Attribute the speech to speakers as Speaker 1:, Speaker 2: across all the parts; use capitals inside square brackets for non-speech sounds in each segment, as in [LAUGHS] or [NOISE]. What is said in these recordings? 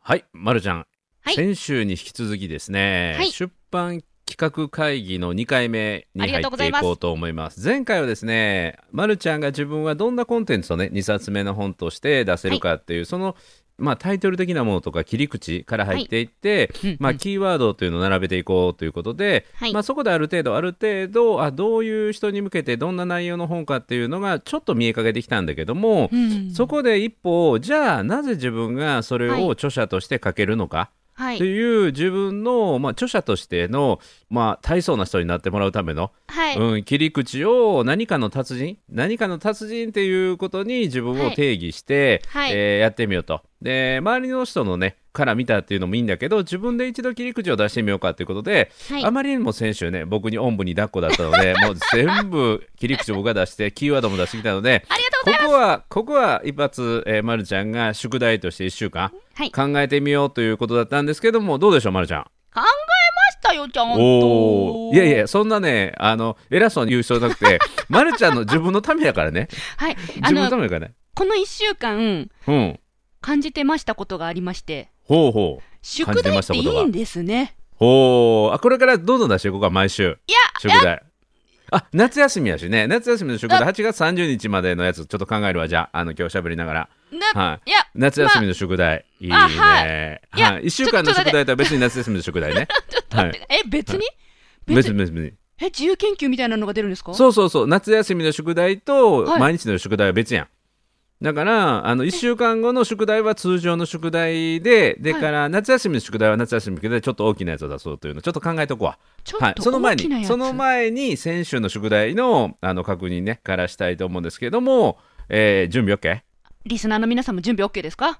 Speaker 1: はい、まるちゃん、
Speaker 2: はい
Speaker 1: 先週に引き続きですね、
Speaker 2: はい
Speaker 1: 出版企画会議の2回目に
Speaker 2: あり
Speaker 1: 入
Speaker 2: がと
Speaker 1: っ
Speaker 2: うござ
Speaker 1: てい
Speaker 2: います
Speaker 1: こうと思います。前回はですね、まるちゃんが自分はどんなコンテンツをね、2冊目の本として出せるかっていう、その、まあ、タイトル的なものとか切り口から入っていって、まあ、キーワードというのを並べていこうということで、
Speaker 2: はい
Speaker 1: まあ、そこである程度ある程度あどういう人に向けてどんな内容の本かっていうのがちょっと見えかけてきたんだけども、
Speaker 2: うん
Speaker 1: そこで一歩じゃあなぜ自分がそれ
Speaker 2: は
Speaker 1: を
Speaker 2: い
Speaker 1: 著者として書けるのか
Speaker 2: は
Speaker 1: と
Speaker 2: い、
Speaker 1: いう、自分の、まあ、著者としての、まあ、大層な人になってもらうための、
Speaker 2: はい、
Speaker 1: うん、切り口を何かの達人何かの達人っていうことに自分を定義して、
Speaker 2: はい
Speaker 1: え
Speaker 2: はい
Speaker 1: ーやってみようとで周りの人のねから見たっていうのもいいんだけど自分で一度切り口を出してみようかということで、
Speaker 2: はい
Speaker 1: あまりにも先週ね僕におんぶに抱っこだったの
Speaker 2: [LAUGHS]
Speaker 1: でもう全部切り口を僕が出してキーワードも出してきたので
Speaker 2: ありがと
Speaker 1: こ
Speaker 2: うございます。
Speaker 1: こはここは一発、えーま、るちゃんが宿題として1週間
Speaker 2: はい、考
Speaker 1: 考えてみようということだったんですけどもどうでしょう、ま、るちゃん。
Speaker 2: えましたよ、ちゃんと。
Speaker 1: おーいやいやそんなねあの偉そうに優勝なくて [LAUGHS] まるちゃんの自分のためやからね
Speaker 2: はい、あ
Speaker 1: 自分のた
Speaker 2: の、
Speaker 1: めやからね
Speaker 2: この一週間、
Speaker 1: うん
Speaker 2: 感じてましたことがありまして、
Speaker 1: ほうほう感じ
Speaker 2: 宿
Speaker 1: て
Speaker 2: 題
Speaker 1: ま
Speaker 2: っ
Speaker 1: した
Speaker 2: て
Speaker 1: こ
Speaker 2: い
Speaker 1: とが
Speaker 2: いんですね。
Speaker 1: ほうあこれからどんどん出していこうか毎週
Speaker 2: いや、
Speaker 1: 宿題あ夏休みやしね夏休みの宿題8月30日までのやつちょっと考えるわじゃああの今日しゃべりながら
Speaker 2: な、
Speaker 1: はい
Speaker 2: いや、
Speaker 1: 夏休みの宿題、
Speaker 2: まあ
Speaker 1: いい
Speaker 2: あ
Speaker 1: ね、
Speaker 2: いいや
Speaker 1: はい、1週間の宿
Speaker 2: ちょっと待って
Speaker 1: 題とは別に夏休みの宿題
Speaker 2: [LAUGHS]
Speaker 1: ねはい
Speaker 2: え、別に
Speaker 1: 別に別に
Speaker 2: え、自由研究みたいなのが出るんですか
Speaker 1: そうそうそう夏休みの宿題と
Speaker 2: はい
Speaker 1: 毎日の宿題は別やん、だからあの1週間後の宿題は通常の宿題でで
Speaker 2: はい
Speaker 1: から夏休みの宿題は夏休みでちょっと大きなやつを出そうというのちょっと考えとこわ
Speaker 2: ちょ
Speaker 1: は
Speaker 2: っ
Speaker 1: い、そ
Speaker 2: と
Speaker 1: の前
Speaker 2: 大きな
Speaker 1: に
Speaker 2: やつ。
Speaker 1: その前に先週の宿題のあの確認ねからしたいと思うんですけども、えー準備 OK?
Speaker 2: リスナーの皆さんも準備 OK で
Speaker 1: [LAUGHS]
Speaker 2: すか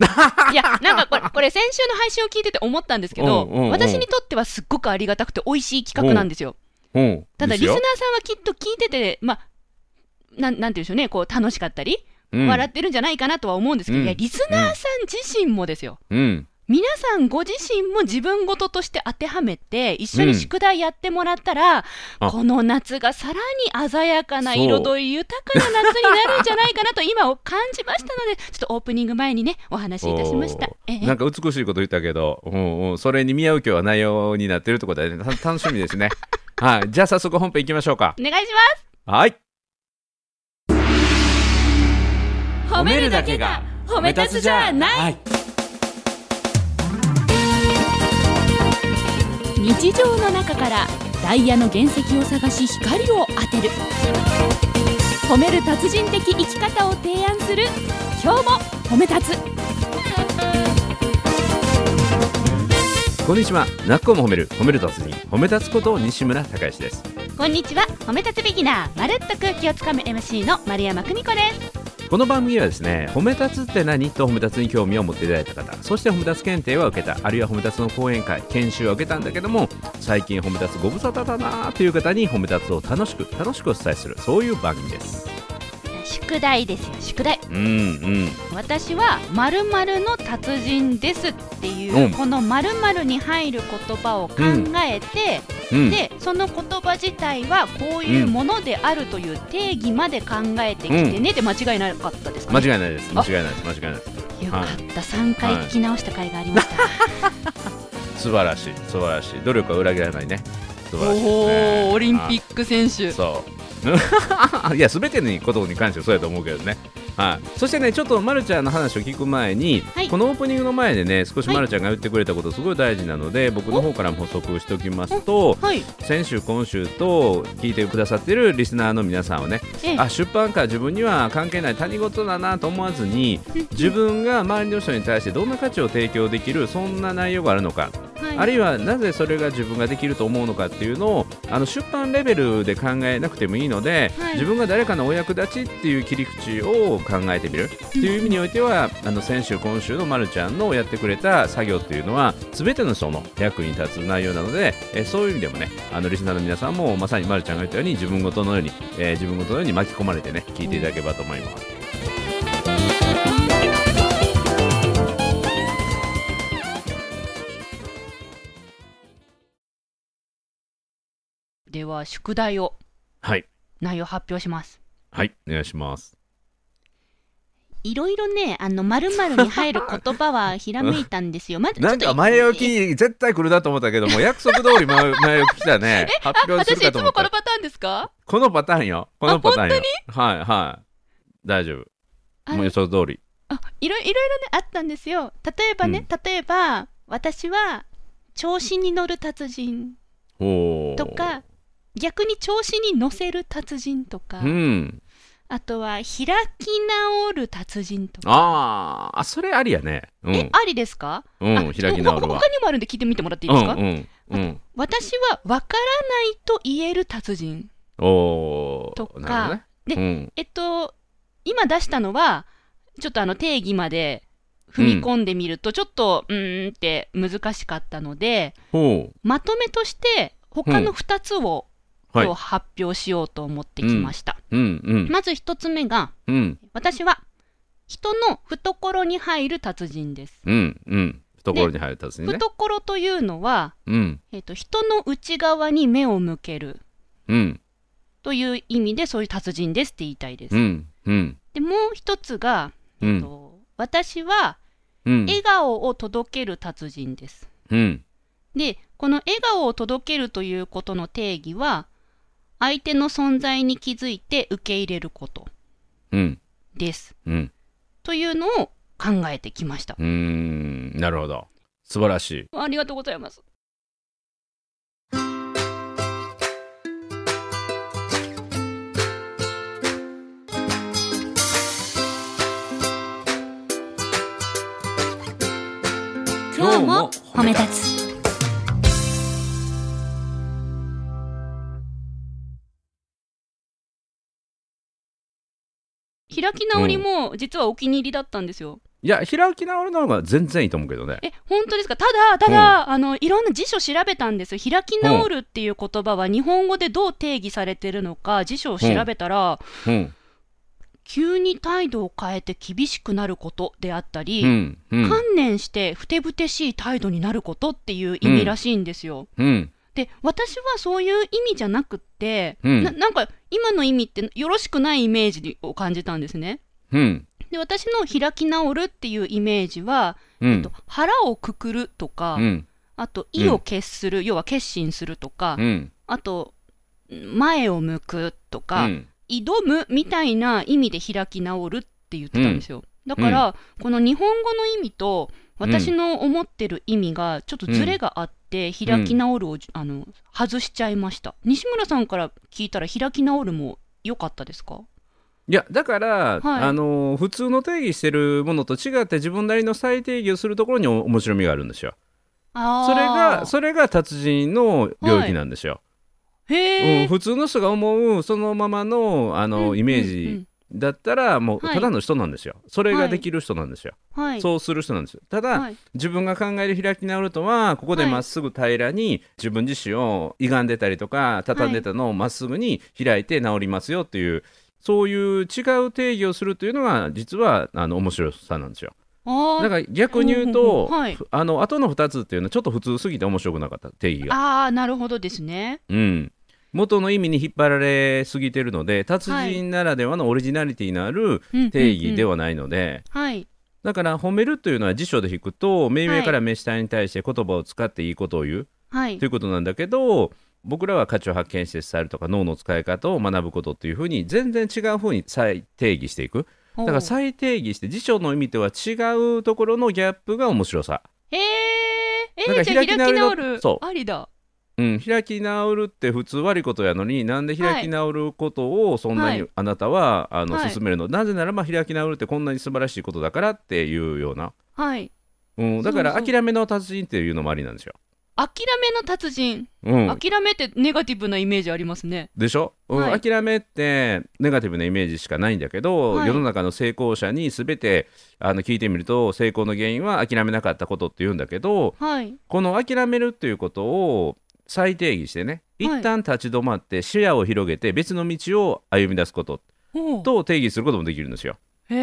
Speaker 2: いや、なんかこれ、これ先週の配信を聞いてて思ったんですけど、
Speaker 1: うんうんうん
Speaker 2: 私にとってはすっごくありがたくて美味しい企画なんですよ。
Speaker 1: うん
Speaker 2: ただ、
Speaker 1: で
Speaker 2: リ
Speaker 1: す
Speaker 2: ス
Speaker 1: よ
Speaker 2: ナーさんはきっと聞いてて、まあ、なんなんていうんでしょうね、こう楽しかったり、
Speaker 1: うん
Speaker 2: 笑ってるんじゃないかなとは思うんですけど、
Speaker 1: うん
Speaker 2: いや、リスナーさん自身もですよ。
Speaker 1: うん
Speaker 2: 皆さんご自身も自分事として当てはめて、一緒に宿題やってもらったら、
Speaker 1: あ
Speaker 2: この夏がさらに鮮やかな
Speaker 1: そう
Speaker 2: 彩り豊かな夏になるんじゃないかなと今を感じましたの
Speaker 1: [LAUGHS]
Speaker 2: で、ちょっとオープニング前にね、お話しいたしました。
Speaker 1: お
Speaker 2: え
Speaker 1: ー
Speaker 2: え
Speaker 1: なんか美しいこと言ったけど、うんうん、それに見合う今日は内容になってるってことで、ね、た楽しみです
Speaker 2: [LAUGHS]
Speaker 1: ね。はい、じゃあ早速本編行きましょうか。
Speaker 2: お願いします
Speaker 1: はい。はい。
Speaker 2: 日常の中からダイヤの原石を探し光を当てる褒める達人的生き方を提案する今日も褒め立つ
Speaker 1: こんにちは。なっこも褒める、褒める達人、褒め立つこと西村孝之です。
Speaker 2: こんにちは褒め立つビギナーまるっと空気をつかむ MC の丸山久美子です
Speaker 1: この番組はですね、褒め立つって何と褒め立つに興味を持っていただいた方、そして褒め立つ検定は受けた、あるいは褒め立つの講演会、研修は受けたんだけども、最近褒め立つご無沙汰だなーという方に褒め立つを楽しく、楽しくお伝えする、そういう番組です。
Speaker 2: 宿題ですよ宿題
Speaker 1: うんうん。
Speaker 2: 私はまるまるの達人ですっていう、
Speaker 1: うん
Speaker 2: このまるまるに入る言葉を考えて、
Speaker 1: うん、
Speaker 2: でその言葉自体はこういうものであるという定義まで考えてきてね、で間違いなかったですか、
Speaker 1: 間
Speaker 2: ね、
Speaker 1: 違いないです。
Speaker 2: あ
Speaker 1: 間違いないです。間違いないです。
Speaker 2: よかった、三3回聞き直した回がありました、
Speaker 1: 素晴らしい。素晴らしい。努力は裏切らないね。素晴らしいです
Speaker 2: お
Speaker 1: ね、
Speaker 2: ーオリンピック選手
Speaker 1: クそう。 [LAUGHS] いや、すべてのことに関してはそうやと思うけどね。はい。そしてね、ちょっとまるちゃんの話を聞く前に、
Speaker 2: はい
Speaker 1: このオープニングの前でね、少し
Speaker 2: はい
Speaker 1: まるちゃんが言ってくれたことすごい大事なので、僕の方からも補足しておきますと、
Speaker 2: はい
Speaker 1: 先週、今週と聞いてくださってるリスナーの皆さんはね、
Speaker 2: ええ
Speaker 1: あ出版から自分には関係ない他人事だなと思わずに自分が周りの人に対してどんな価値を提供できるそんな内容があるのか、
Speaker 2: はい
Speaker 1: あるいはなぜそれが自分ができると思うのかっていうのをあの出版レベルで考えなくてもいいので、
Speaker 2: はい
Speaker 1: 自分が誰かのお役立ちっていう切り口を考えてみるっていう意味においてはあの先週今週のまるちゃんのやってくれた作業っていうのは全ての人の役に立つ内容なのでえそういう意味でもねあのリスナーの皆さんもまさにまるちゃんが言ったように自分ごとのように、えー自分ごとのように巻き込まれてね聞いていただければと思います。
Speaker 2: では宿題を
Speaker 1: はい
Speaker 2: 内容発表します
Speaker 1: はいお願いします。
Speaker 2: いろいろね、あの、まるに入る言葉はひらめいたんですよ。まず、
Speaker 1: なん
Speaker 2: ちょ
Speaker 1: か
Speaker 2: っと
Speaker 1: 前置き絶対来るなと思ったけども約束通り前前置き来た
Speaker 2: [LAUGHS]
Speaker 1: ね発表す
Speaker 3: 私
Speaker 1: るか
Speaker 3: い
Speaker 1: と
Speaker 3: つ
Speaker 1: 思
Speaker 3: も
Speaker 1: った
Speaker 3: このパターンですか
Speaker 1: このパターンよこのパターンよはいはい大丈
Speaker 2: あ
Speaker 1: 夫もう予想通り
Speaker 2: あいろいろいろねあったんですよ例えばね、
Speaker 1: うん
Speaker 2: 例えば私は調子に乗る達人
Speaker 1: おお
Speaker 2: とか逆に調子に乗せる達人とか、
Speaker 1: うん
Speaker 2: あとは開き直る達人とか
Speaker 1: あーあそれありやねう
Speaker 2: え
Speaker 1: ん
Speaker 2: ありですか、
Speaker 1: うん
Speaker 2: あ
Speaker 1: 開き直る
Speaker 2: ほ
Speaker 1: わ
Speaker 2: 他にもあるんで聞いてみてもらっていいですか、
Speaker 1: うんうんうん
Speaker 2: 私はわからないと言える達人
Speaker 1: おお
Speaker 2: と
Speaker 1: ーなる
Speaker 2: か、
Speaker 1: ほどねうん
Speaker 2: えっと今出したのはちょっとあの定義まで踏み込んでみるとちょっとうーんって難しかったので、
Speaker 1: ほ
Speaker 2: まとめとして他の2つを
Speaker 1: うは
Speaker 2: 今
Speaker 1: い
Speaker 2: 日発表しようと思ってきました、
Speaker 1: うんうん
Speaker 2: まず1つ目が
Speaker 1: うん
Speaker 2: 私は人の懐に入る達人です、
Speaker 1: うんうん懐に入る達人ね
Speaker 2: 懐というのは、
Speaker 1: うん
Speaker 2: えっと人の内側に目を向ける
Speaker 1: うん
Speaker 2: という意味でそういう達人ですって言いたいです、
Speaker 1: うんうん
Speaker 2: でもう1つが、
Speaker 1: う
Speaker 2: えっ
Speaker 1: ん
Speaker 2: と私は
Speaker 1: うん
Speaker 2: 笑顔を届ける達人です
Speaker 1: うん
Speaker 2: でこの笑顔を届けるということの定義は相手の存在に気づいて受け入れること
Speaker 1: うん
Speaker 2: です
Speaker 1: うん
Speaker 2: というのを考えてきました
Speaker 1: うーんなるほど素晴らしい
Speaker 2: ありがとうございます
Speaker 3: 今日も褒め立つ
Speaker 2: 開き直りも実はお気に入りだったんですよ、
Speaker 1: いや開き直るの方が全然いいと思うけどね
Speaker 2: え本当ですかただただ、あのいろんな辞書調べたんです開き直るっていう言葉は日本語でどう定義されてるのか辞書を調べたら、
Speaker 1: うん
Speaker 2: 急に態度を変えて厳しくなることであったり、
Speaker 1: うんうん
Speaker 2: 観念してふてぶてしい態度になることっていう意味らしいんですよ。
Speaker 1: うん
Speaker 2: で私はそういう意味じゃなくって、
Speaker 1: うん
Speaker 2: ななんか今の意味ってよろしくないイメージを感じたんですね。
Speaker 1: うん
Speaker 2: で私の開き直るっていうイメージは、
Speaker 1: う
Speaker 2: えっ
Speaker 1: ん
Speaker 2: と腹をくくるとか、
Speaker 1: うん
Speaker 2: あと意を決する、要は決心するとか、
Speaker 1: うん
Speaker 2: あと前を向くと
Speaker 1: う
Speaker 2: か、
Speaker 1: ん
Speaker 2: 挑むみたいな意味で開き直るって言ってたんですよ。だから、この日本語の意味と私の思ってる意味がちょっとズレがあって、開き直るをじ、あの外しちゃいました。西村さんから聞いたら開き直るも良かったですか？
Speaker 1: いやだから、
Speaker 2: はい
Speaker 1: あのー普通の定義してるものと違って自分なりの再定義をするところにお面白みがあるんですよ。
Speaker 2: あー
Speaker 1: それがそれが達人の領域なんですよ。
Speaker 2: へえ、
Speaker 1: うん、普通の人が思うそのままのあの、イメージだったらもう
Speaker 2: はい
Speaker 1: ただの人なんですよ。それができる人なんですよ。
Speaker 2: うんうんはい、
Speaker 1: そうする人なんですよ。ただ、
Speaker 2: はい
Speaker 1: 自分が考える開き直るとはここで
Speaker 2: はい
Speaker 1: まっすぐ平らに自分自身を歪んでたりとか畳んでたのをまっすぐに開いて治りますよっていう、そういう違う定義をするというのが実はあの面白さなんですよ。
Speaker 2: あ
Speaker 1: だ
Speaker 2: ー
Speaker 1: から逆に言う
Speaker 2: ほうほ
Speaker 1: と、
Speaker 2: うほうはい
Speaker 1: あの後の2つっていうのはちょっと普通すぎて面白くなかった定義が。
Speaker 2: あーなるほどですね。
Speaker 1: うん元の意味に引っ張られすぎてるので達人ならではのオリジナリティのある定義で
Speaker 2: は、
Speaker 1: はないので、
Speaker 2: はい
Speaker 1: だから褒めるというのは辞書で引くと命名から名詞体に対して言葉を使っていいことを言う、
Speaker 2: はい
Speaker 1: ということなんだけど僕らは価値を発見して伝えるとか脳の使い方を学ぶことっていうふうに全然違うふうに再定義していくだから
Speaker 2: おう
Speaker 1: 再定義して辞書の意味とは違うところのギャップが面白さ、
Speaker 2: へーえ
Speaker 1: だから
Speaker 2: ー、じゃあ
Speaker 1: 開
Speaker 2: 開
Speaker 1: き直
Speaker 2: き
Speaker 1: りの
Speaker 2: 直る
Speaker 1: そう
Speaker 2: ありだ。
Speaker 1: うん、開き直るって普通悪いことやのになんで開き直ることをそんな
Speaker 2: は
Speaker 1: にあなたは、あの
Speaker 2: はい
Speaker 1: 進めるの、なぜならば開き直るってこんなに素晴らしいことだからっていうような、
Speaker 2: はい
Speaker 1: うん、だから
Speaker 2: そうそう
Speaker 1: 諦めの達人っていうのもありなんですよ。
Speaker 2: 諦めの達人。
Speaker 1: うん、
Speaker 2: 諦めってネガティブなイメージありますね。
Speaker 1: でしょ、うん
Speaker 2: はい
Speaker 1: 諦めってネガティブなイメージしかないんだけど、
Speaker 2: はい
Speaker 1: 世の中の成功者に全てあの聞いてみると成功の原因は諦めなかったことって言うんだけど
Speaker 2: はい。
Speaker 1: この諦めるっていうことを再定義してね一
Speaker 2: はい
Speaker 1: 旦立ち止まって視野を広げて別の道を歩み出すこと
Speaker 2: ほう。
Speaker 1: と定義することもできるんですよ。
Speaker 2: へ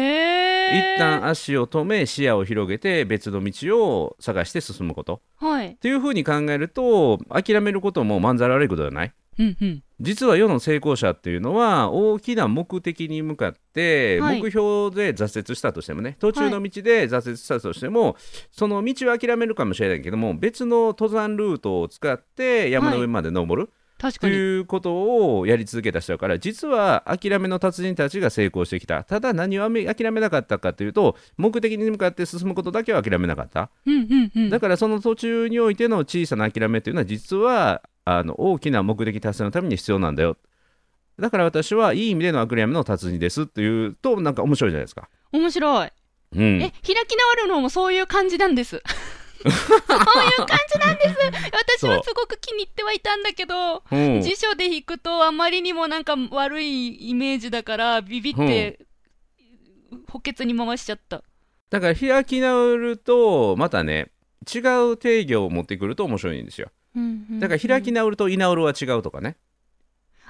Speaker 2: え。
Speaker 1: 一旦。足を止め視野を広げて別の道を探して進むことっ
Speaker 2: はい。
Speaker 1: ていうふうに考えると諦めることもまんざら悪いことではない。
Speaker 2: うんうん
Speaker 1: 実は世の成功者っていうのは大きな目的に向かって
Speaker 2: はい
Speaker 1: 目標で挫折したとしてもね、途中の道で挫折したとしても、その道は諦めるかもしれないけども別の登山ルートを使って山の上まで登る
Speaker 2: 確
Speaker 1: と
Speaker 2: かに
Speaker 1: いうことをやり続けた人だから実は諦めの達人たちが成功してきたただ何を諦めなかったかというと目的に向かって進むことだけは諦めなかった
Speaker 2: うんうんうん
Speaker 1: だからその途中においての小さな諦めというのは実はあの大きな目的達成のために必要なんだよだから私はいい意味での諦めの達人ですというとなんか面白いじゃないですか。
Speaker 2: 面白い、
Speaker 1: うん、
Speaker 2: え開き直るのもそういう感じなんです
Speaker 1: [LAUGHS]
Speaker 2: そういう感じなんです私はすごく気に入ってはいたんだけど
Speaker 1: うん
Speaker 2: 辞書で引くとあまりにもなんか悪いイメージだからビビって補欠に回しちゃった
Speaker 1: だから開き直るとまたね違う定義を持ってくると面白いんですよ。だから開き直ると居直るは違うとかね。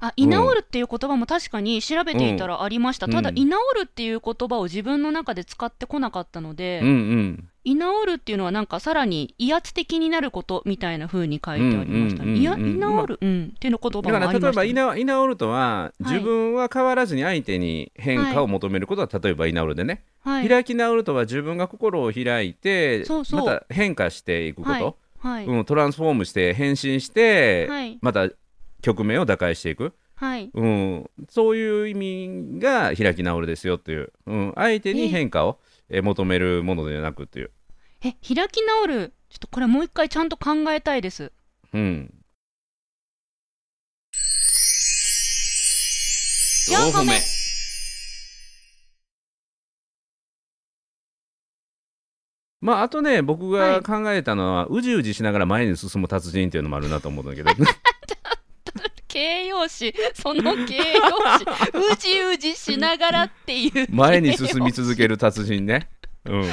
Speaker 2: あ居直るっていう言葉も確かに調べていたらありました、
Speaker 1: うん
Speaker 2: ただ
Speaker 1: うん
Speaker 2: 居直るっていう言葉を自分の中で使ってこなかったので、
Speaker 1: うんうん
Speaker 2: 居直るっていうのはなんかさらに威圧的になることみたいな風に書いてありました
Speaker 1: うんうんうんうん
Speaker 2: ねいや居直る、うん、っていう言葉
Speaker 1: だ
Speaker 2: も
Speaker 1: か
Speaker 2: ありま
Speaker 1: ら
Speaker 2: した、ね、
Speaker 1: 例えば居直居直るとは、
Speaker 2: い
Speaker 1: 自分は変わらずに相手に変化を求めることは、例えば居直るでね、
Speaker 2: はい、
Speaker 1: 開き直るとは自分が心を開いて
Speaker 2: そうそう
Speaker 1: また変化していくこと、
Speaker 2: はいはい、
Speaker 1: うん、トランスフォームして変身して、
Speaker 2: はい
Speaker 1: また局面を打開していく、
Speaker 2: はい
Speaker 1: うん、そういう意味が開き直るですよっていう、うん、相手に変化を、えー求めるものではなくっていう、
Speaker 2: え開き直るちょっとこれもう一回ちゃんと考えたいです
Speaker 1: うん、
Speaker 2: 4個目
Speaker 1: まあ、あとね僕
Speaker 2: は
Speaker 1: が
Speaker 2: い
Speaker 1: 考えたのは、うじうじしながら前に進む達人っていうのもあるなと思うんだけど [LAUGHS]
Speaker 2: 形容詞 [LAUGHS] その
Speaker 1: [LAUGHS]
Speaker 2: 形容詞うじうじしながらっていう
Speaker 1: 前に進み続け
Speaker 2: る
Speaker 1: る達人ね。うんうん、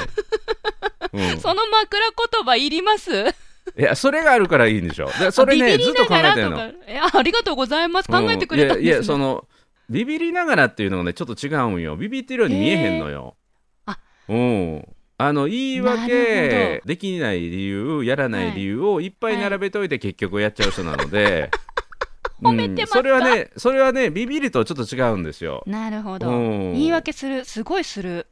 Speaker 2: [LAUGHS] その枕言葉いります
Speaker 1: いやそれがあるからいいんでしょだからそれね
Speaker 2: ビビ
Speaker 1: ずっ
Speaker 2: りな
Speaker 1: と考
Speaker 2: がら
Speaker 1: えてるの。
Speaker 2: とかえあありがとうございます。考えてくれたん
Speaker 1: う
Speaker 2: です、ね
Speaker 1: んいやいやそのビビりながらっていうのがねちょっと違うんよビビってるように見えへんのよ、
Speaker 2: へーあ
Speaker 1: うんあの言い
Speaker 2: なる
Speaker 1: 訳できない理由やらない理由をいっぱい並べといて結局やっちゃう人なので、
Speaker 2: 褒めてますか
Speaker 1: うんそれはねそれはねビビりとちょっと違うんですよ、
Speaker 2: なるほ
Speaker 1: う
Speaker 2: ど、
Speaker 1: ん、
Speaker 2: 言い訳する、すごいする。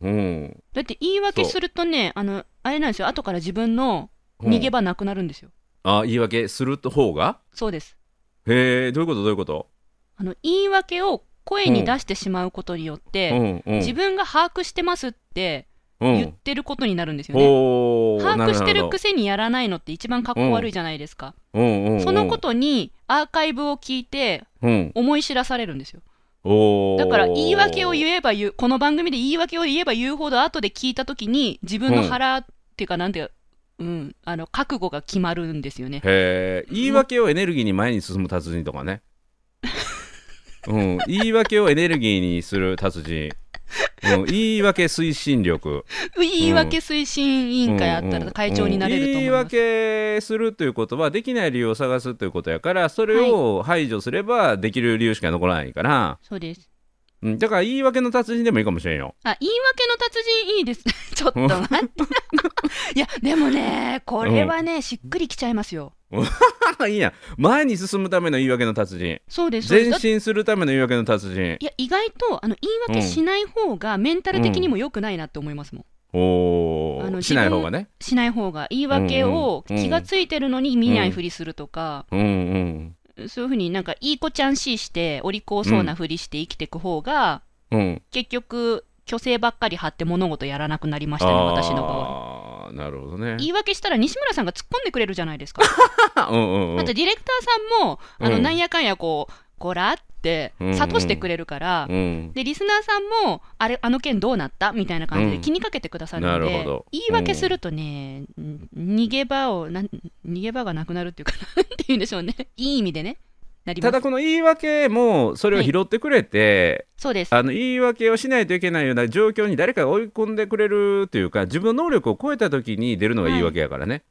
Speaker 1: うん
Speaker 2: だって言い訳するとね、あの、あれなんですよ。後から自分の逃げ
Speaker 1: 場
Speaker 2: 場なくなるんですよ。
Speaker 1: あ言い訳する方が
Speaker 2: そうです。
Speaker 1: へえどういうことどういうこと、
Speaker 2: あの、言い訳を声に出してしまうことによっ
Speaker 1: う
Speaker 2: て、
Speaker 1: んうん、
Speaker 2: 自分が把握してますって
Speaker 1: 分
Speaker 2: 言ってることになるんですよね。
Speaker 1: おー
Speaker 2: 把握して
Speaker 1: な
Speaker 2: る
Speaker 1: ほど
Speaker 2: くせにやらないのって一番かっこ悪いじゃないですか。
Speaker 1: うんうんうん
Speaker 2: そのことにアーカイブを聞いて
Speaker 1: うん
Speaker 2: 思い知らされるんですよ。
Speaker 1: おー
Speaker 2: だから言い訳を言えば言う、この番組で言い訳を言えば言うほど、後で聞いたときに、自分の腹、っていうか、なんていうか、うん、あの覚悟が決まるんですよね。
Speaker 1: へえ言い訳をエネルギーに前に進む達人とかね。
Speaker 2: [LAUGHS]
Speaker 1: うん、言い訳をエネルギーにする達人。うん、言い訳推進力。
Speaker 2: 言い訳推進委員会あった
Speaker 1: うんう
Speaker 2: ら
Speaker 1: ん
Speaker 2: 会長になれると思い
Speaker 1: うん
Speaker 2: ます。
Speaker 1: 言い訳するということは、できない理由を探すということやから、それを排除すればできる理由しか残らないから、
Speaker 2: そうです。
Speaker 1: うん、だから言い訳の達人でもいいかもしれんよ。 [LAUGHS]
Speaker 2: あ、言い訳の達人いいです。 [LAUGHS] ちょっと待って。いや、でもね、これはね、しっくりきちゃいますよ。
Speaker 1: いいやん、前に進むための言い訳の達人。
Speaker 2: そうです。そうで
Speaker 1: 前
Speaker 2: すだって
Speaker 1: 進するための言い訳の達人。
Speaker 2: いや、意外とあの言い訳しない方がメンタル的にも良くないなって思いますもん。
Speaker 1: お
Speaker 2: あ
Speaker 1: ー、
Speaker 2: の
Speaker 1: しない方がね。
Speaker 2: しない方が言い訳を
Speaker 1: うんうん
Speaker 2: 気がついてるのに見ないふりするとか、
Speaker 1: うんうん。
Speaker 2: そういうふうになんかいい子ちゃんしいしてお利口そうなふりして生きていく方が、
Speaker 1: うん。
Speaker 2: 結局虚勢ばっかり張って物事やらなくなりましたね私の場合
Speaker 1: あーなるほどね。
Speaker 2: 言い訳したら西村さんが突っ込んでくれるじゃないですか
Speaker 1: うんうんうん
Speaker 2: あとディレクターさんもあの、
Speaker 1: うん
Speaker 2: なんやかんやこうこらって
Speaker 1: うんうん
Speaker 2: 諭してくれるから、
Speaker 1: うん
Speaker 2: でリスナーさんもあれあの件どうなったみたいな感じで気にかけてくださるの
Speaker 1: うんなる
Speaker 2: で、
Speaker 1: ほど
Speaker 2: 言い訳するとね、ん逃げ場をなん逃げ場がなくなるっていうかなんて言うんでしょうねいい意味でねなりま
Speaker 1: ただ
Speaker 2: す
Speaker 1: この言い訳もそれを拾ってくれて、
Speaker 2: そうです
Speaker 1: あの言い訳をしないといけないような状況に誰かが追い込んでくれるというか自分の能力を超えた時に出るのが言い訳やからね、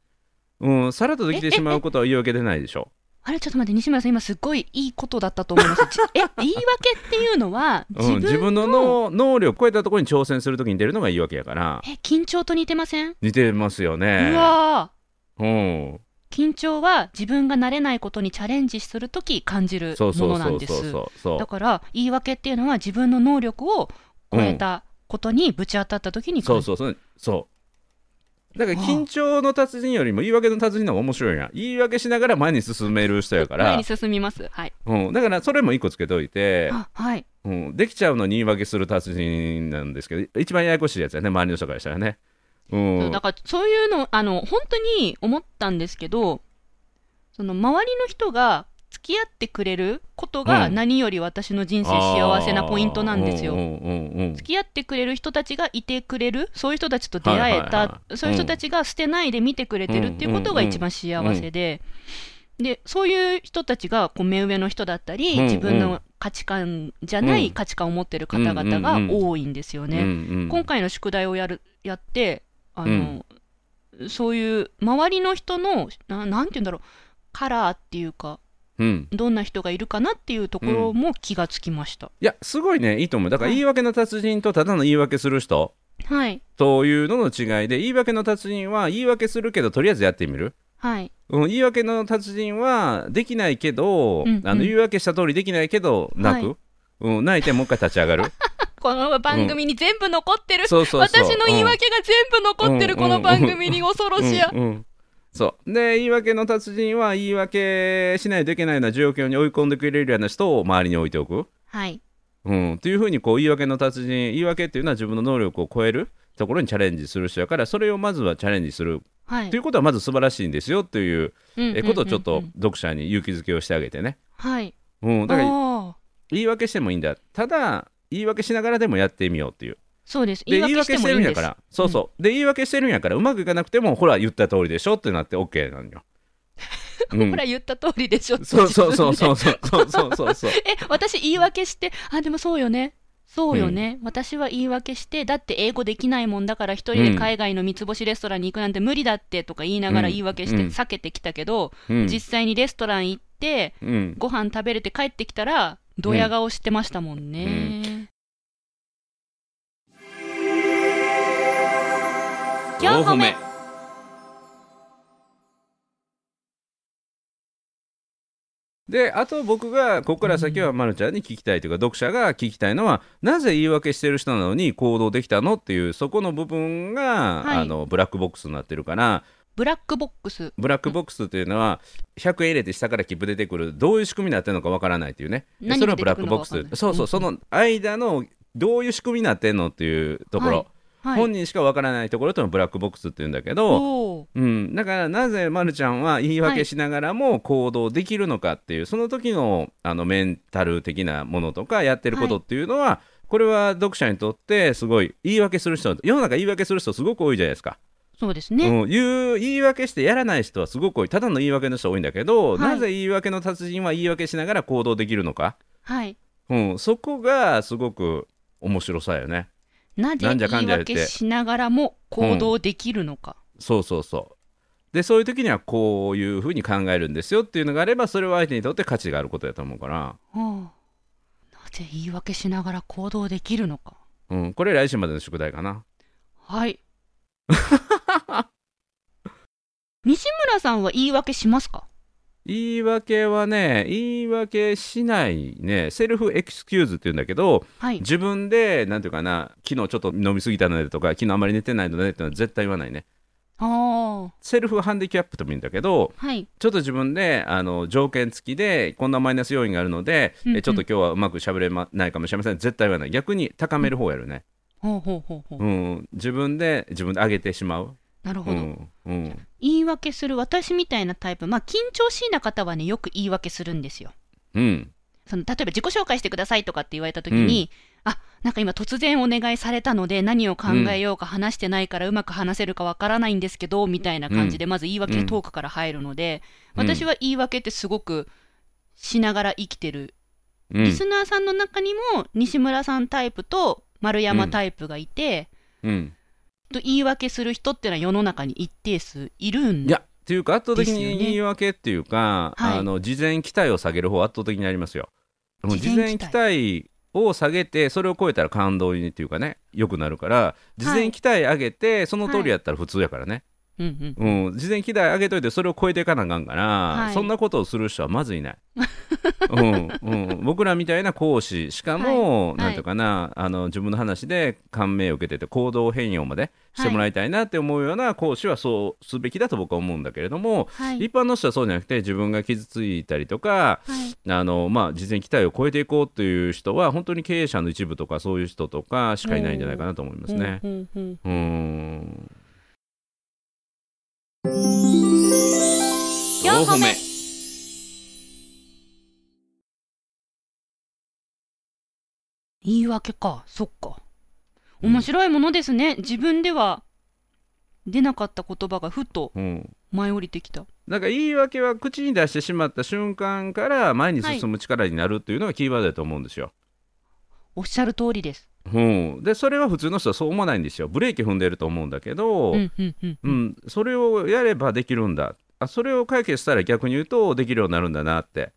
Speaker 1: うん、さらっとできてしまうことは言い訳でないでしょ
Speaker 2: あれちょっと待って西村さん今すっごいいいことだったと思います [LAUGHS] ちえ言い訳っていうのは
Speaker 1: う、ん、自
Speaker 2: 自
Speaker 1: 分
Speaker 2: 分の,、
Speaker 1: の能能力を超えたところに挑戦する時に出るのが言い訳やから
Speaker 2: え緊張と似てません、
Speaker 1: 似てますよね
Speaker 2: うわ
Speaker 1: うん、
Speaker 2: 緊張は自分が慣れないことにチャレンジするとき感じる
Speaker 1: そう
Speaker 2: も
Speaker 1: そ
Speaker 2: の
Speaker 1: う
Speaker 2: な
Speaker 1: そ
Speaker 2: ん
Speaker 1: う
Speaker 2: です
Speaker 1: そうそうそう
Speaker 2: だから言い訳っていうのは自分の能力を超えたことにぶち当たったときに
Speaker 1: そ
Speaker 2: 感
Speaker 1: う
Speaker 2: じる、
Speaker 1: そうそうそうだから緊張の達人よりも言い訳の達人の方が面白いやん言い訳しながら前に進める人やか
Speaker 2: 前
Speaker 1: ら
Speaker 2: に、進みますはい
Speaker 1: うん、だからそれも一個つけといて、
Speaker 2: あはい
Speaker 1: うん、できちゃうのに言い訳する達人なんですけど一番ややこしいやつやね周りの人からしたらねうん
Speaker 2: そうだからそういうのあの本当に思ったんですけどその周りの人が付き合ってくれることが
Speaker 1: うん
Speaker 2: 何より私の人生幸せなポイントなんですよ。
Speaker 1: あーうんうんうんうん
Speaker 2: 付き合ってくれる人たちがいてくれるそういう人たちと出会えた、
Speaker 1: はいはいはい
Speaker 2: そういう人たちが捨てないで見てくれてるっていうことが一番幸せで、でそういう人たちがこう目上の人だったり、
Speaker 1: うんうん
Speaker 2: 自分の価値観じゃな
Speaker 1: う
Speaker 2: い
Speaker 1: ん
Speaker 2: 価値観を持ってる方々が多いんですよ
Speaker 1: う
Speaker 2: ね。
Speaker 1: んうん
Speaker 2: 今回の宿題をやるやってあの、そういう周りの人のななんて言うんだろうカラーっていうか
Speaker 1: うん
Speaker 2: どんな人がいるかなっていうところも気がつきました、
Speaker 1: いやすごいねいいと思うだから言い訳の達人とただの言い訳する人
Speaker 2: はい
Speaker 1: というのの違いで言い訳の達人は言い訳するけどとりあえずやってみる
Speaker 2: はい
Speaker 1: うん、言い訳の達人はできないけど、
Speaker 2: うんうん
Speaker 1: あの言い訳した通りできないけど泣く、
Speaker 2: は
Speaker 1: うん、泣いてもう一回立ち上
Speaker 2: [LAUGHS]
Speaker 1: がる
Speaker 2: この番組に全部残ってる、
Speaker 1: そうそうそう
Speaker 2: 私の言い訳が全部残ってる、
Speaker 1: うん
Speaker 2: この番組に恐ろしや、
Speaker 1: うんうんそうで言い訳の達人は言い訳しないといけないような状況に追い込んでくれるような人を周りに置いておく、
Speaker 2: はい
Speaker 1: うん、っていうふうにこう言い訳の達人言い訳っていうのは自分の能力を超えるところにチャレンジする人やからそれをまずはチャレンジする
Speaker 2: はい
Speaker 1: ということはまず素晴らしいんですよという
Speaker 2: うんうんうんう
Speaker 1: え
Speaker 2: ん
Speaker 1: ことをちょっと読者に勇気づけをしてあげてね。
Speaker 2: はい
Speaker 1: うん、
Speaker 2: あ
Speaker 1: だから
Speaker 2: ー
Speaker 1: 言い訳してもいいんだただ言い訳しながらでもやってみようっていう
Speaker 2: そうです
Speaker 1: で
Speaker 2: 言い訳してもいいん
Speaker 1: 言
Speaker 2: で
Speaker 1: い訳してるんやか
Speaker 2: す
Speaker 1: らそうそう、で言い訳してるんやからうまくいかなくてもほら言った通りでしょってなって OK なの
Speaker 2: [LAUGHS]
Speaker 1: よ、うん
Speaker 2: ほら言った通りでしょって
Speaker 1: そうそうそうそうそうそうそうそう
Speaker 2: [LAUGHS]
Speaker 1: そう
Speaker 2: え、私言い訳して、あ、でもそうよね。そうよね、私は言い訳して、だって英語できないもんだから、一人で海外の三つ星レストランに行くなんて無理だってとか言いながら
Speaker 1: うん
Speaker 2: 言い訳して
Speaker 1: うん
Speaker 2: 避けてきたけど、
Speaker 1: うん
Speaker 2: 実際にレストラン行って、
Speaker 1: うん
Speaker 2: ご飯食べれて帰ってきたら、ドヤ顔してましたもんね。4
Speaker 1: 五
Speaker 2: 個目
Speaker 1: であと僕がここから先はまるちゃんに聞きたいというか、読者が聞きたいのはなぜ言い訳してる人なのに行動できたのっていうそこの部分が、
Speaker 2: はい
Speaker 1: あのブラックボックスになってるから
Speaker 2: ブラックボックス。
Speaker 1: ブラックボックスというのは100円入れて下から切符出てくるどういう仕組みになってるのかわからないというね
Speaker 2: 何
Speaker 1: それ
Speaker 2: が
Speaker 1: はブ
Speaker 2: 出て
Speaker 1: ラッ
Speaker 2: く
Speaker 1: ク
Speaker 2: る
Speaker 1: ボ
Speaker 2: の
Speaker 1: ック
Speaker 2: か
Speaker 1: ス
Speaker 2: わかんない
Speaker 1: そうそううんその間のどういう仕組みになってんのっていうところ、
Speaker 2: はい。
Speaker 1: 本人しかわからないところというのをブラックボックスっていうんだけど、
Speaker 2: おー
Speaker 1: うん、だからなぜまるちゃんは言い訳しながらも行動できるのかっていう、その時のあのメンタル的なものとかやってることっていうのは、これは読者にとってすごい言い訳する人世の中言い訳する人すごく多いじゃないですか。
Speaker 2: そうですね。
Speaker 1: うん、言う言い訳してやらない人はすごく多いただの言い訳の人多いんだけど、
Speaker 2: はい
Speaker 1: なぜ言い訳の達人は言い訳しながら行動できるのか、
Speaker 2: はい。
Speaker 1: うん、そこがすごく面白さよね
Speaker 2: なぜ
Speaker 1: なんじゃか
Speaker 2: 言
Speaker 1: ん
Speaker 2: い
Speaker 1: じゃ言って
Speaker 2: 訳しながらも行動できるのか。
Speaker 1: そうそうそうでそういう時にはこういうふうに考えるんですよっていうのがあればそれは相手にとって価値があることだと思うから、
Speaker 2: はあ、なぜ言い訳しながら行動できるのか。
Speaker 1: うん、これ来週までの宿題かな
Speaker 2: はい。 [LAUGHS] 西村さんは言い訳しますか
Speaker 1: 言い訳はね言い訳しないねセルフエクスキューズっていうんだけど
Speaker 2: はい。
Speaker 1: 自分でなんていうかな昨日ちょっと飲みすぎたのでとか昨日あまり寝てないのでってのは絶対言わないね
Speaker 2: ああ。
Speaker 1: セルフハンディキャップとも言うんだけど
Speaker 2: はい。
Speaker 1: ちょっと自分であの条件付きでこんなマイナス要因があるので、
Speaker 2: うんうん
Speaker 1: えちょっと今日はうまくしゃべれまないかもしれません絶対言わない逆に高める方やるね、
Speaker 2: ほうほうほうほう。
Speaker 1: うん、自分で自分で上げてしまう、
Speaker 2: なるほ
Speaker 1: う
Speaker 2: ど、
Speaker 1: んうん、
Speaker 2: 言い訳する私みたいなタイプ、まあ緊張しいな方はね、よく言い訳するんですよ。
Speaker 1: うん、
Speaker 2: その例えば自己紹介してくださいとかって言われた時に、あなんか今突然お願いされたので何を考えようか話してないからうまく話せるかわからないんですけどみたいな感じでまず言い訳、
Speaker 1: うん
Speaker 2: トークから入るので
Speaker 1: うん
Speaker 2: 私は言い訳ってすごくしながら生きて
Speaker 1: う
Speaker 2: る、
Speaker 1: ん
Speaker 2: リスナーさんの中にも西村さんタイプと丸山タイプがいて、
Speaker 1: うん、
Speaker 2: と言い訳する人ってのは世の中に一定数いるん
Speaker 1: い
Speaker 2: で
Speaker 1: やっていうか圧倒的
Speaker 2: ですよ
Speaker 1: に
Speaker 2: ね
Speaker 1: 言い訳っていうか、
Speaker 2: はい
Speaker 1: あの事前期待を下げる方圧倒的にありますよもう
Speaker 2: 事
Speaker 1: 事
Speaker 2: 前
Speaker 1: 前
Speaker 2: 期
Speaker 1: 期
Speaker 2: 待
Speaker 1: 待を下げてそれを超えたら感動にっていうかね良くなるから事前期待上げて、その通りやったら普通やからね、
Speaker 2: うんうん
Speaker 1: うん、事前に期待上げといてそれを超えていかなあかんから、
Speaker 2: い
Speaker 1: そんなことをする人はまずいない、うんうん、僕らみたいな講師しかも、
Speaker 2: はい
Speaker 1: なんていうかなあの自分の話で感銘を受けてて行動変容までしてもらいたいなって思うような講師はそうすべきだと僕は思うんだけれども、
Speaker 2: はい
Speaker 1: 一般の人はそうじゃなくて自分が傷ついたりとか
Speaker 2: はい
Speaker 1: あの、まあ、事前期待を超えていこうという人は本当に経営者の一部とかそういう人とかしかいないんじゃないかなと思いますね。
Speaker 2: うんうん
Speaker 1: う
Speaker 2: うん
Speaker 1: ん
Speaker 3: 4歩目
Speaker 2: 言い訳かそっか面白いものですね、自分では出なかった言葉がふと
Speaker 1: うん
Speaker 2: 舞い降りてきた
Speaker 1: なんか言い訳は口に出してしまった瞬間から前に進む力になるっていうのがキーワードだと思うんですよ。
Speaker 2: おっしゃる通りです
Speaker 1: うん、でそれは普通の人はそう思わないんですよ。ブレーキ踏んでると思うんだけど、
Speaker 2: うんうんうん
Speaker 1: うんそれをやればできるんだあそれを解決したら逆に言うとできるようになるんだなって。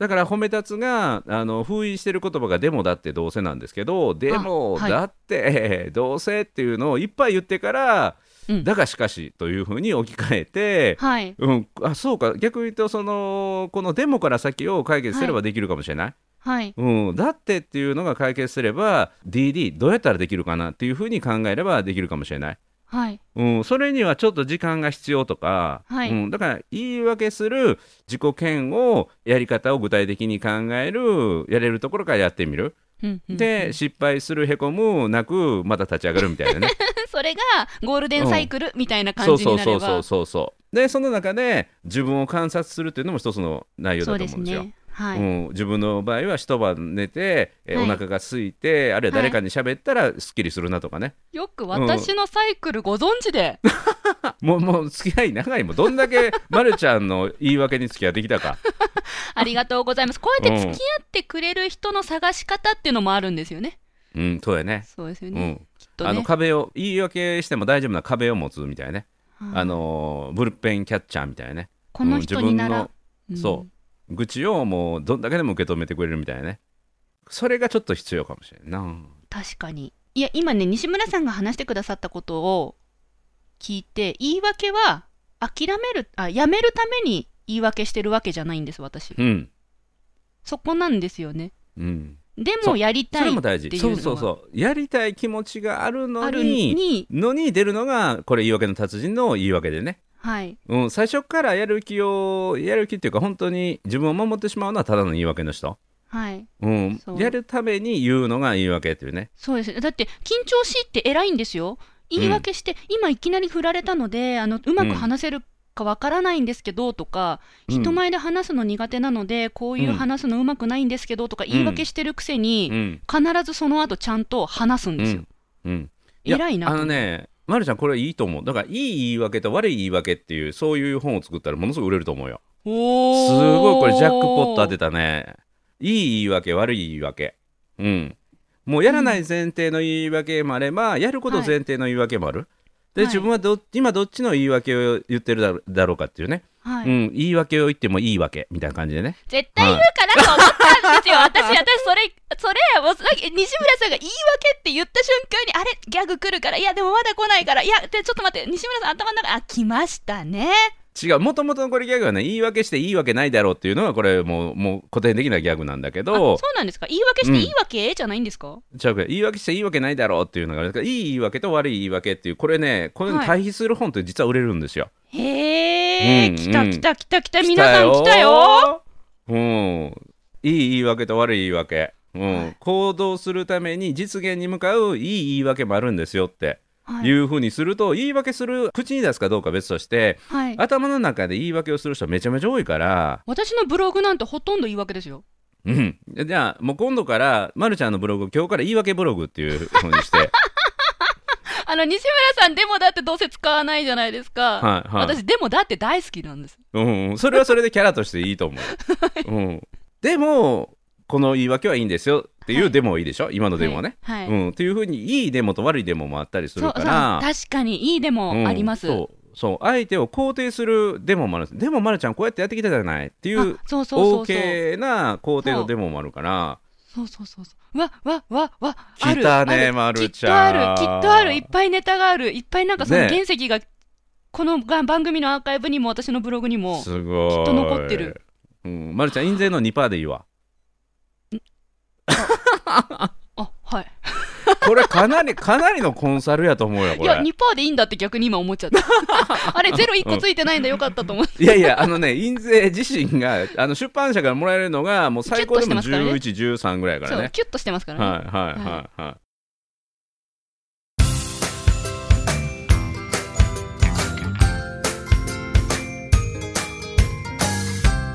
Speaker 1: だから褒め立つがあの封印してる言葉が「でもだってどうせ」なんですけど「でも
Speaker 2: はい
Speaker 1: だって、 [LAUGHS] どうせ」っていうのをいっぱい言ってから「
Speaker 2: うん
Speaker 1: だがしかし」というふうに置き換えて、
Speaker 2: はい
Speaker 1: うん、あそうか逆に言うとそのこのデモから先を解決すればできるかもしれない、
Speaker 2: はい
Speaker 1: うん、だってっていうのが解決すれば DD どうやったらできるかなっていうふうに考えればできるかもしれない、
Speaker 2: はい
Speaker 1: うん、それにはちょっと時間が必要とか、
Speaker 2: はい
Speaker 1: うん、だから言い訳する自己嫌悪やり方を具体的に考えるやれるところからやってみる、
Speaker 2: うんうん
Speaker 1: で失敗するへこむなくまた立ち上がるみた
Speaker 2: [LAUGHS]
Speaker 1: いなね
Speaker 2: [LAUGHS] それがゴールデンサイクルみたいな
Speaker 1: そ
Speaker 2: 感
Speaker 1: う
Speaker 2: じ
Speaker 1: そう
Speaker 2: にな
Speaker 1: そ
Speaker 2: れ
Speaker 1: うそうそ
Speaker 2: ば
Speaker 1: うそうでその中で自分を観察するっていうのも一つの内容
Speaker 2: そ
Speaker 1: だと
Speaker 2: う
Speaker 1: 思
Speaker 2: です
Speaker 1: うんですよ。
Speaker 2: ねは
Speaker 1: う
Speaker 2: い
Speaker 1: ん、自分の場合は一晩寝て、えー
Speaker 2: は
Speaker 1: お
Speaker 2: い
Speaker 1: 腹が空いてあるいは誰かに喋ったらすっきりするなとかね、
Speaker 2: よく私のサイクルご存知で
Speaker 1: [LAUGHS] もうもう付き合い長いもんどんだけまるちゃんの言い訳に付き合ってきたか
Speaker 2: ありがとうございます。こうやって
Speaker 1: うん
Speaker 2: 付き合ってくれる人の探し方っていうのもあるんですよね。
Speaker 1: うんそうやね
Speaker 2: そうですよ
Speaker 1: う
Speaker 2: ね。
Speaker 1: ん
Speaker 2: きっと
Speaker 1: あの
Speaker 2: ね。
Speaker 1: 壁を言い訳しても大丈夫な壁を持つみたいなね、
Speaker 2: はい
Speaker 1: あのーブルペンキャッチャーみたいなね、
Speaker 2: この人にな
Speaker 1: うん自分
Speaker 2: ら
Speaker 1: の。そう愚痴をもうどんだけでも受け止めてくれるみたいなねそれがちょっと必要かもしれんな
Speaker 2: うん。確かに。いや、今ね、西村さんが話してくださったことを聞いて、言い訳は諦める、あ、やめるために言い訳してるわけじゃないんです、私。
Speaker 1: うん
Speaker 2: そこなんですよね。
Speaker 1: うん
Speaker 2: で
Speaker 1: そう
Speaker 2: もやり
Speaker 1: そ
Speaker 2: た
Speaker 1: れ
Speaker 2: い
Speaker 1: も
Speaker 2: っ
Speaker 1: 大
Speaker 2: て
Speaker 1: 事
Speaker 2: いう
Speaker 1: そ
Speaker 2: の
Speaker 1: う
Speaker 2: は
Speaker 1: そうそうやりたい気持ちがあるの
Speaker 2: ある
Speaker 1: に
Speaker 2: に、
Speaker 1: のに出るのがこれ言い訳の達人の言い訳でね、
Speaker 2: はい。
Speaker 1: うん、最初からやる気をやる気っていうか本当に自分を守ってしまうのはただの言い訳の人、
Speaker 2: はい。
Speaker 1: うん
Speaker 2: そ、う
Speaker 1: やるために言うのが言い訳っていうね
Speaker 2: そうですね。だって、緊張しいって偉いんですよ。言い訳して、今いきなり振られたので、あの、うまく話せるかわからないんですけどとか、
Speaker 1: うん
Speaker 2: 人前で話すの苦手なので、こういう
Speaker 1: うん
Speaker 2: 話すのうまくないんですけどとか、言い訳してるくせ
Speaker 1: う
Speaker 2: に、
Speaker 1: ん
Speaker 2: 必ずその後ちゃんと話すん
Speaker 1: う
Speaker 2: ですよ
Speaker 1: ん。うんや
Speaker 2: 偉いなと
Speaker 1: あのねまるちゃんこれいいと思うだからいい言い訳と悪い言い訳っていうそういう本を作ったらものすごい売れると思うよ
Speaker 2: おー
Speaker 1: すごいこれジャックポット当てたね。いい言い訳悪い言い訳。うん。もうやらない前提の言い訳もあれば、やること前提の言い訳もある。で
Speaker 2: はい
Speaker 1: 自分はど今どっちの言い訳を言ってるだろだろうかっていうね、
Speaker 2: はい
Speaker 1: うん、言い訳を言ってもいいわけみたいな感じでね
Speaker 2: 絶対言うかなと思ったんですよ、私、私、それ、それ、もうなんか西村さんが言い訳って言った瞬間に、あれ、ギャグ来るから、いや、でもまだ来ないから、いや、でちょっと待って、西村さん、頭の中、あ、来ましたね。
Speaker 1: 違うもともとのこれギャグはね言い訳していいわけないだろうっていうのがこれもうもう古典的なギャグなんだけ
Speaker 2: あそ
Speaker 1: ど
Speaker 2: うなんですか言い訳していいわけ、じゃないんですか
Speaker 1: ちゃうか言い訳していいわけないだろうっていうのがあるからいい言い訳と悪い言い訳っていうこれねこれに対比する本って実は売れるんですよ。
Speaker 2: へえ、
Speaker 1: うん
Speaker 2: 来た
Speaker 1: うん
Speaker 2: 来た来た来た皆さん来たよ
Speaker 1: ようんいい言い訳と悪い言い訳、うん
Speaker 2: はい
Speaker 1: 行動するために実現に向かういい言い訳もあるんですよって
Speaker 2: はいい、
Speaker 1: うふうにすると、言い訳する口に出すかどうかは別として
Speaker 2: はい、
Speaker 1: 頭の中で言い訳をする人めちゃめちゃ多いから、
Speaker 2: 私のブログなんてほとんど言い訳ですよ
Speaker 1: うん、じゃあもう今度から、ま、るちゃんのブログ今日から言い訳ブログっていうふうに
Speaker 2: [LAUGHS]
Speaker 1: して
Speaker 2: あの西村さんでもだってどうせ使わないじゃないですか、
Speaker 1: はいはい
Speaker 2: 私でもだって大好きなんです
Speaker 1: うん、それはそれでキャラとしていいと思
Speaker 2: [LAUGHS]
Speaker 1: う。うん、でもこの言い訳はいいんですよっていうデモはいいでしょ、今のデモはね。
Speaker 2: はい、
Speaker 1: うん、っていうふうにいいデモと悪いデモもあったりす
Speaker 2: そ
Speaker 1: る
Speaker 2: う
Speaker 1: か
Speaker 2: そう
Speaker 1: ら
Speaker 2: 確かにいいでもあります、
Speaker 1: うんそうそう相手を肯定するデモもあるんですでもまるちゃんこうやってやってきたじゃないってい
Speaker 2: あ
Speaker 1: う
Speaker 2: そうそうそうそう
Speaker 1: OK な肯定のデモもあるから
Speaker 2: そうそうそうそうわわわわある
Speaker 1: 来たね
Speaker 2: あ
Speaker 1: ま
Speaker 2: るきっ
Speaker 1: るち
Speaker 2: とあ
Speaker 1: ゃん
Speaker 2: るきっとあるいっぱいネタがあるいっぱいなんかその
Speaker 1: ね
Speaker 2: 原石がこのが番組のアーカイブにも私のブログにも
Speaker 1: すごい
Speaker 2: きっと残ってる、
Speaker 1: うん、まるちゃん印税の2%でいいわ
Speaker 2: あはい
Speaker 1: これかなりかなりのコンサルやと思うよこ
Speaker 2: い
Speaker 1: れ
Speaker 2: や2%でいいんだって逆に今思っちゃった
Speaker 1: [LAUGHS]
Speaker 2: あれゼロ1個ついてないんだよかったと思って
Speaker 1: いやいやあのね印税自身があの出版社からもらえるのがもう最高でも
Speaker 2: キュッとして
Speaker 1: 1113
Speaker 2: ますからね
Speaker 1: ぐらいやから
Speaker 2: そう
Speaker 1: ね
Speaker 2: キュッとしてますからね、
Speaker 1: はいはいはいはい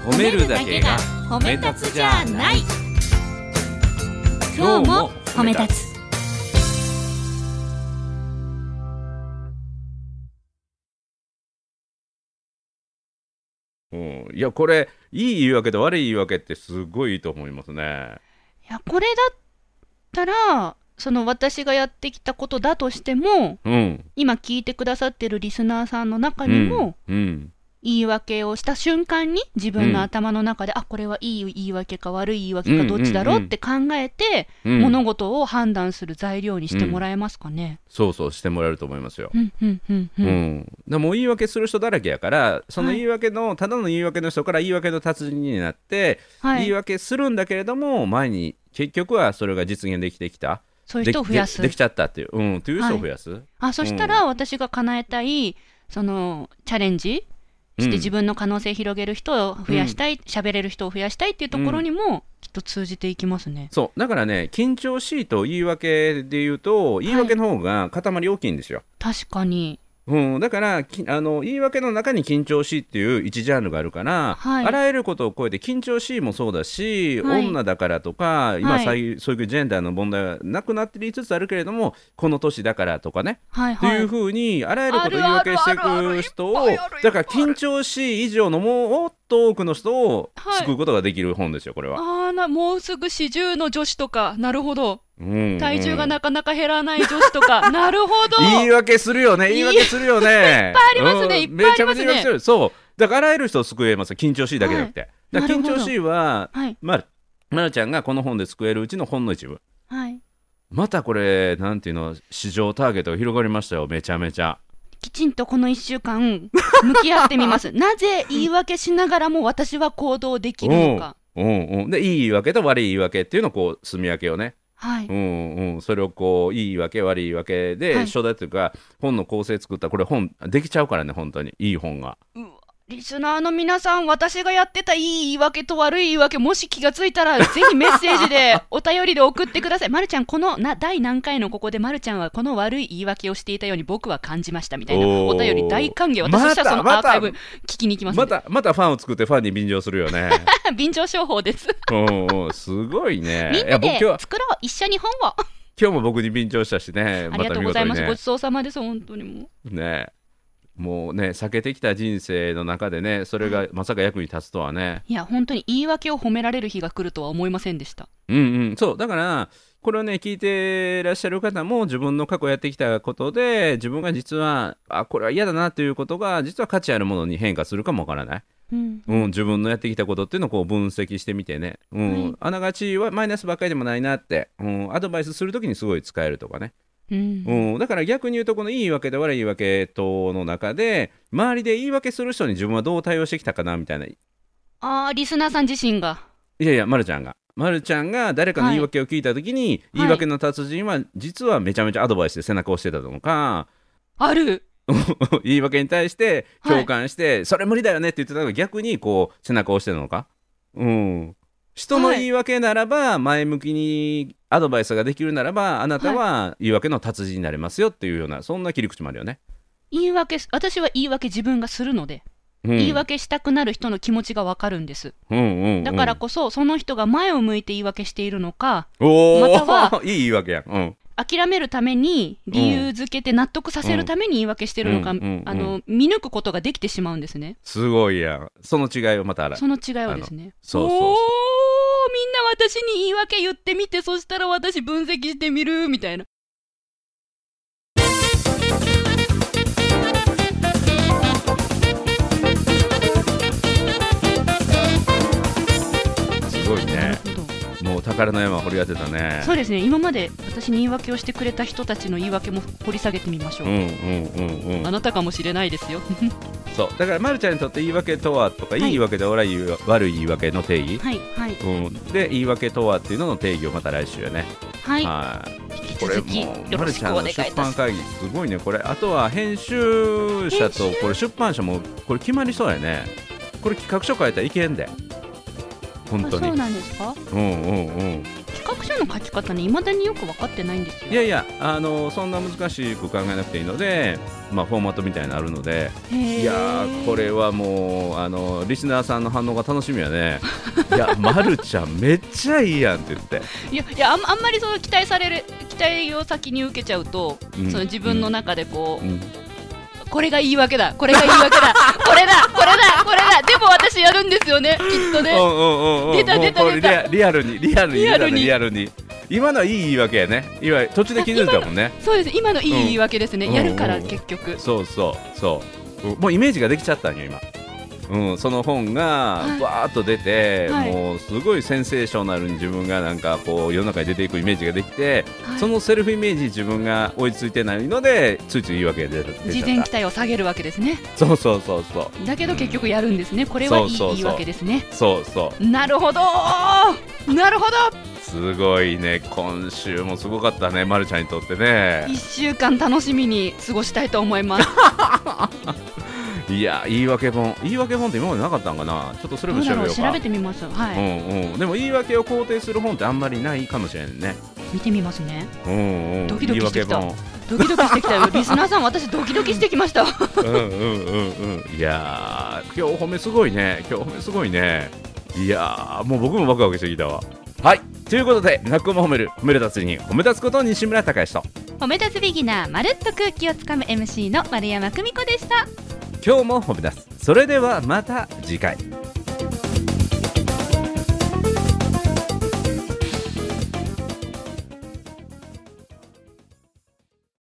Speaker 1: 褒めるだけが
Speaker 3: 褒
Speaker 1: め立つじゃない
Speaker 3: 今日も褒め立つ
Speaker 1: うん、いやこれいい言い訳と悪い言い訳ってすごいいいと思いますね。
Speaker 2: いやこれだったらその私がやってきたことだとしても
Speaker 1: うん、
Speaker 2: 今聞いてくださってるリスナーさんの中にも、
Speaker 1: うん、うん、
Speaker 2: 言い訳をした瞬間に自分
Speaker 1: うん
Speaker 2: の頭の中で、あこれはいい言い訳か悪い言い訳
Speaker 1: う
Speaker 2: か
Speaker 1: ん
Speaker 2: どっちだろ
Speaker 1: う
Speaker 2: うん
Speaker 1: うん
Speaker 2: って考えて、
Speaker 1: うん
Speaker 2: 物事を判断する材料にしてもらえますかね。
Speaker 1: そうそうしてもらえると思いますよ。
Speaker 2: うんうんうん
Speaker 1: う
Speaker 2: う
Speaker 1: んんでもう言い訳する人だらけやからその
Speaker 2: はい
Speaker 1: 言い訳の、ただの言い訳の人から言い訳の達人になって、
Speaker 2: は
Speaker 1: 言い
Speaker 2: い、
Speaker 1: 訳するんだけれども前に結局はそれが実現できてきた
Speaker 2: そういう人を増やす
Speaker 1: できできちゃったっていう、うん、という人を増やす、
Speaker 2: あそしたら私が叶えたいそのチャレンジ
Speaker 1: う
Speaker 2: し
Speaker 1: ん
Speaker 2: て自分の可能性広げる人を増やしたい喋、れる人を増やしたいっていうところにもきっと通じていきますね。
Speaker 1: そうだからね緊張しいと言い訳で言うと言い訳の方が塊大きいんですよ。
Speaker 2: 確かに
Speaker 1: うん、だからきあの言い訳の中に緊張しいっていう一ジャンルがあるから、
Speaker 2: はい
Speaker 1: あらゆることを超えて緊張しいもそうだし、
Speaker 2: はい
Speaker 1: 女だからとか今、
Speaker 2: はい
Speaker 1: 最そういうジェンダーの問題はなくなっていつつあるけれどもこの年だからとかね、
Speaker 2: はい
Speaker 1: って
Speaker 2: はいいう
Speaker 1: ふうにあらゆることを言い
Speaker 2: ある
Speaker 1: 訳してい
Speaker 2: あるある
Speaker 1: く人
Speaker 2: いっ
Speaker 1: を
Speaker 2: ぱいある
Speaker 1: だから緊張しい以上のもっと多くの人を
Speaker 2: はい
Speaker 1: 救うことができる本ですよこれは。
Speaker 2: あーなもうすぐ四十の女子とかなるほど
Speaker 1: うん
Speaker 2: 体重がなかなか減らない女子とかなるほど
Speaker 1: 言い訳するよね言い訳するよねいっ
Speaker 2: ぱいありますねいっぱいありますね
Speaker 1: めちゃめちゃ言い訳するそうだからあらゆる人を救えます緊張しいだけじゃなくて、だから
Speaker 2: なる
Speaker 1: 緊
Speaker 2: ほど
Speaker 1: 張しいは
Speaker 2: はい
Speaker 1: まるまるちゃんがこの本で救えるうちのほんの一部
Speaker 2: はい
Speaker 1: またこれなんていうの市場ターゲットが広がりましたよめちゃめちゃ
Speaker 2: きちんとこの1週間向き合ってみますなぜ言い訳しながらも私は行動できるのか
Speaker 1: うんうんでいい言い訳と悪い言い訳っていうのをこう住み分けをね
Speaker 2: はい
Speaker 1: うんうんそれをこういい言い訳悪い言い訳で、
Speaker 2: はい
Speaker 1: 書だっていうか本の構成作ったらこれ本できちゃうからね本当にいい本が
Speaker 2: うわリスナーの皆さん私がやってたいい言い訳と悪い言い訳もし気がついたらぜひメッセージでお便りで送ってくださいまるちゃんこのな第何回のここでまるちゃんはこの悪い言い訳をしていたように僕は感じましたみたいな
Speaker 1: おー
Speaker 2: お便り大歓迎私
Speaker 1: また
Speaker 2: としてはそのアーカイブ聞きに行きます
Speaker 1: ま
Speaker 2: んで、
Speaker 1: たまたファンを作ってファンに便乗するよね
Speaker 2: [LAUGHS] 便乗商法です
Speaker 1: うんうんすごいね
Speaker 2: み
Speaker 1: い
Speaker 2: ん
Speaker 1: や
Speaker 2: な
Speaker 1: 僕
Speaker 2: で
Speaker 1: 今日は
Speaker 2: 作ろう一緒に本をあ
Speaker 1: 今日も僕に便乗したしね
Speaker 2: りがとうございます、
Speaker 1: た見
Speaker 2: ご
Speaker 1: 事
Speaker 2: ちそうさまです本当にもう
Speaker 1: にねねもうね避けてきた人生の中でねそれがまさか役に立つとはね
Speaker 2: いや本当に言い訳を褒められる日が来るとは思いませんでした
Speaker 1: うんうんそうだからこれをね聞いてらっしゃる方も自分の過去やってきたことで自分が実はあこれは嫌だなということが実は価値あるものに変化するかもわからない
Speaker 2: うん
Speaker 1: うん、自分のやってきたことっていうのをこう分析してみてね、うん
Speaker 2: はい
Speaker 1: あながちはマイナスばっかりでもないなって、うん、アドバイスするときにすごい使えるとかね、
Speaker 2: うん
Speaker 1: うん、だから逆に言うとこのいい言い訳と悪い言い訳との中で周りで言い訳する人に自分はどう対応してきたかなみたいない
Speaker 2: あーリスナーさん自身が
Speaker 1: やいや、ま、るちゃんが。まるちゃんが誰かの言い訳を聞いたときに、
Speaker 2: い
Speaker 1: 言い訳の達人は実はめちゃめちゃアドバイスで背中を押してたのか [LAUGHS]
Speaker 2: ある
Speaker 1: 言い訳に対して
Speaker 2: はい
Speaker 1: 共感して、それ無理だよねって言ってたのが逆にこう背中を押してたのか、うん、人の
Speaker 2: はい
Speaker 1: 言い訳ならば前向きにアドバイスができるならばあなたは言い訳の達人になれますよっていうようなそんな切り口もあるよね。
Speaker 2: 言い訳す私は言い訳自分がするので、
Speaker 1: うん
Speaker 2: 言い訳したくなる人の気持ちがわかるんです
Speaker 1: うんうんうん
Speaker 2: だからこそ、その人が前を向いて言い訳しているのか
Speaker 1: おー
Speaker 2: また
Speaker 1: [LAUGHS]
Speaker 2: は
Speaker 1: いい言い訳やん。うん
Speaker 2: 諦めるために理由づけて納得させるために言い訳してるのか、
Speaker 1: うんうんうんうん
Speaker 2: あの見抜くことができてしまうんですね、
Speaker 1: すごいやん。その違いをまたあら
Speaker 2: その違いはですね
Speaker 1: そうそう
Speaker 2: おー
Speaker 1: そ
Speaker 2: みん
Speaker 1: う
Speaker 2: な私に言い訳言ってみてそしたら私分析してみるみたいな
Speaker 1: すごいね。
Speaker 2: なるほど
Speaker 1: もうた宝の山を掘り当てたね
Speaker 2: そうですね今まで私に言い訳をしてくれた人たちの言い訳も掘り下げてみましょ
Speaker 1: う
Speaker 2: う、
Speaker 1: んうんうんう
Speaker 2: あ
Speaker 1: ん
Speaker 2: なたかもしれな
Speaker 1: [LAUGHS]
Speaker 2: いですよ
Speaker 1: そうだからまるちゃんにとって言い訳とはとか、、
Speaker 2: はいい
Speaker 1: い言い訳とは悪い言い悪い言い訳の定義、
Speaker 2: はいはい
Speaker 1: うん、で言い訳とはっていうのの定義をまた来週やね
Speaker 2: はい、
Speaker 1: はい
Speaker 2: 引き
Speaker 1: これ
Speaker 2: 続
Speaker 1: も
Speaker 2: きよ
Speaker 1: ま
Speaker 2: ろ
Speaker 1: る
Speaker 2: し
Speaker 1: ち
Speaker 2: く
Speaker 1: ゃ
Speaker 2: お
Speaker 1: ん
Speaker 2: 願
Speaker 1: の
Speaker 2: いいた
Speaker 1: 出
Speaker 2: しま
Speaker 1: 版
Speaker 2: す
Speaker 1: 会議すごいねこれあとは編集者とこれ出版社もこれ決まりそうやねこれ企画書書いたらいけんで本
Speaker 2: あ
Speaker 1: 当に
Speaker 2: そうなんですか
Speaker 1: うんうんうん
Speaker 2: 企画書の書き方ね未だによく分かってないんですよ
Speaker 1: いやいやあのそんな難しく考えなくていいのでまあフォーマットみたいなのあるのでいやーこれはもうあのリスナーさんの反応が楽しみやね [LAUGHS] いや、ま、るちゃんめっちゃいいやんって言って、
Speaker 2: いやいやあんあんまりその期待される期待を先に受けちゃうと、
Speaker 1: うん
Speaker 2: その自分の中でこう、
Speaker 1: うん
Speaker 2: これが言い訳だこれが言い訳だこれだこれだこれだでも私やるんですよねきっとね
Speaker 1: うんうんうんうん
Speaker 2: 出た出た
Speaker 1: もうこれ
Speaker 2: 出
Speaker 1: リ
Speaker 2: た
Speaker 1: アリアルにリアルに
Speaker 2: リアルに
Speaker 1: リアルに今のはいい言い訳やね今途中で気づいたもんね
Speaker 2: そうです今のいい言い訳ですね、
Speaker 1: うん
Speaker 2: やるから
Speaker 1: うん
Speaker 2: 結局、
Speaker 1: そうそうそう、うんもうイメージができちゃったんよ今うん、その本が
Speaker 2: はい
Speaker 1: バーっと出て、
Speaker 2: はい
Speaker 1: もうすごいセンセーショナルに自分がなんかこう世の中に出ていくイメージができて、
Speaker 2: はい
Speaker 1: そのセルフイメージに自分が追いついてないのでついつい言い訳が出た出
Speaker 2: 事
Speaker 1: ち
Speaker 2: 前
Speaker 1: ゃっ
Speaker 2: 期待を下げるわけですね
Speaker 1: たそうそうそうそう
Speaker 2: だけど結局やるんですね、これはいい
Speaker 1: そうそうそう
Speaker 2: 言い訳ですね
Speaker 1: そうそう
Speaker 2: なるほどーなるほど
Speaker 1: すごいね今週もすごかったね、ま、るちゃんにとってね
Speaker 2: 1週間楽しみに過ごしたいと思います
Speaker 1: [LAUGHS] いや言い訳本言い訳本って今までなかったんかなちょっとそれ
Speaker 2: ど
Speaker 1: も
Speaker 2: う
Speaker 1: 調
Speaker 2: だ
Speaker 1: べ
Speaker 2: ろ
Speaker 1: よ
Speaker 2: う
Speaker 1: う
Speaker 2: 調
Speaker 1: か
Speaker 2: べてみますはい、
Speaker 1: うんうん、でも言い訳を肯定する本ってあんまりないかもしれんね、
Speaker 2: 見てみますね
Speaker 1: うんうん、
Speaker 2: ドキドキしてきた
Speaker 1: 言い訳
Speaker 2: ドキドキしてきた
Speaker 1: [LAUGHS]
Speaker 2: よリスナーさん私ドキドキしてきました
Speaker 1: 本うんうんうんうんいやー今日お褒めすごいね今日お褒めすごいねいやーもう僕もワクワクしてきたわはいということで「泣くも褒める褒め立つに褒め立つこと西村隆之と
Speaker 2: [LAUGHS] 褒め立つビギナーまるっと空気をつかむ MC の丸山久美子でした
Speaker 1: 今日も褒め立つそれではまた次回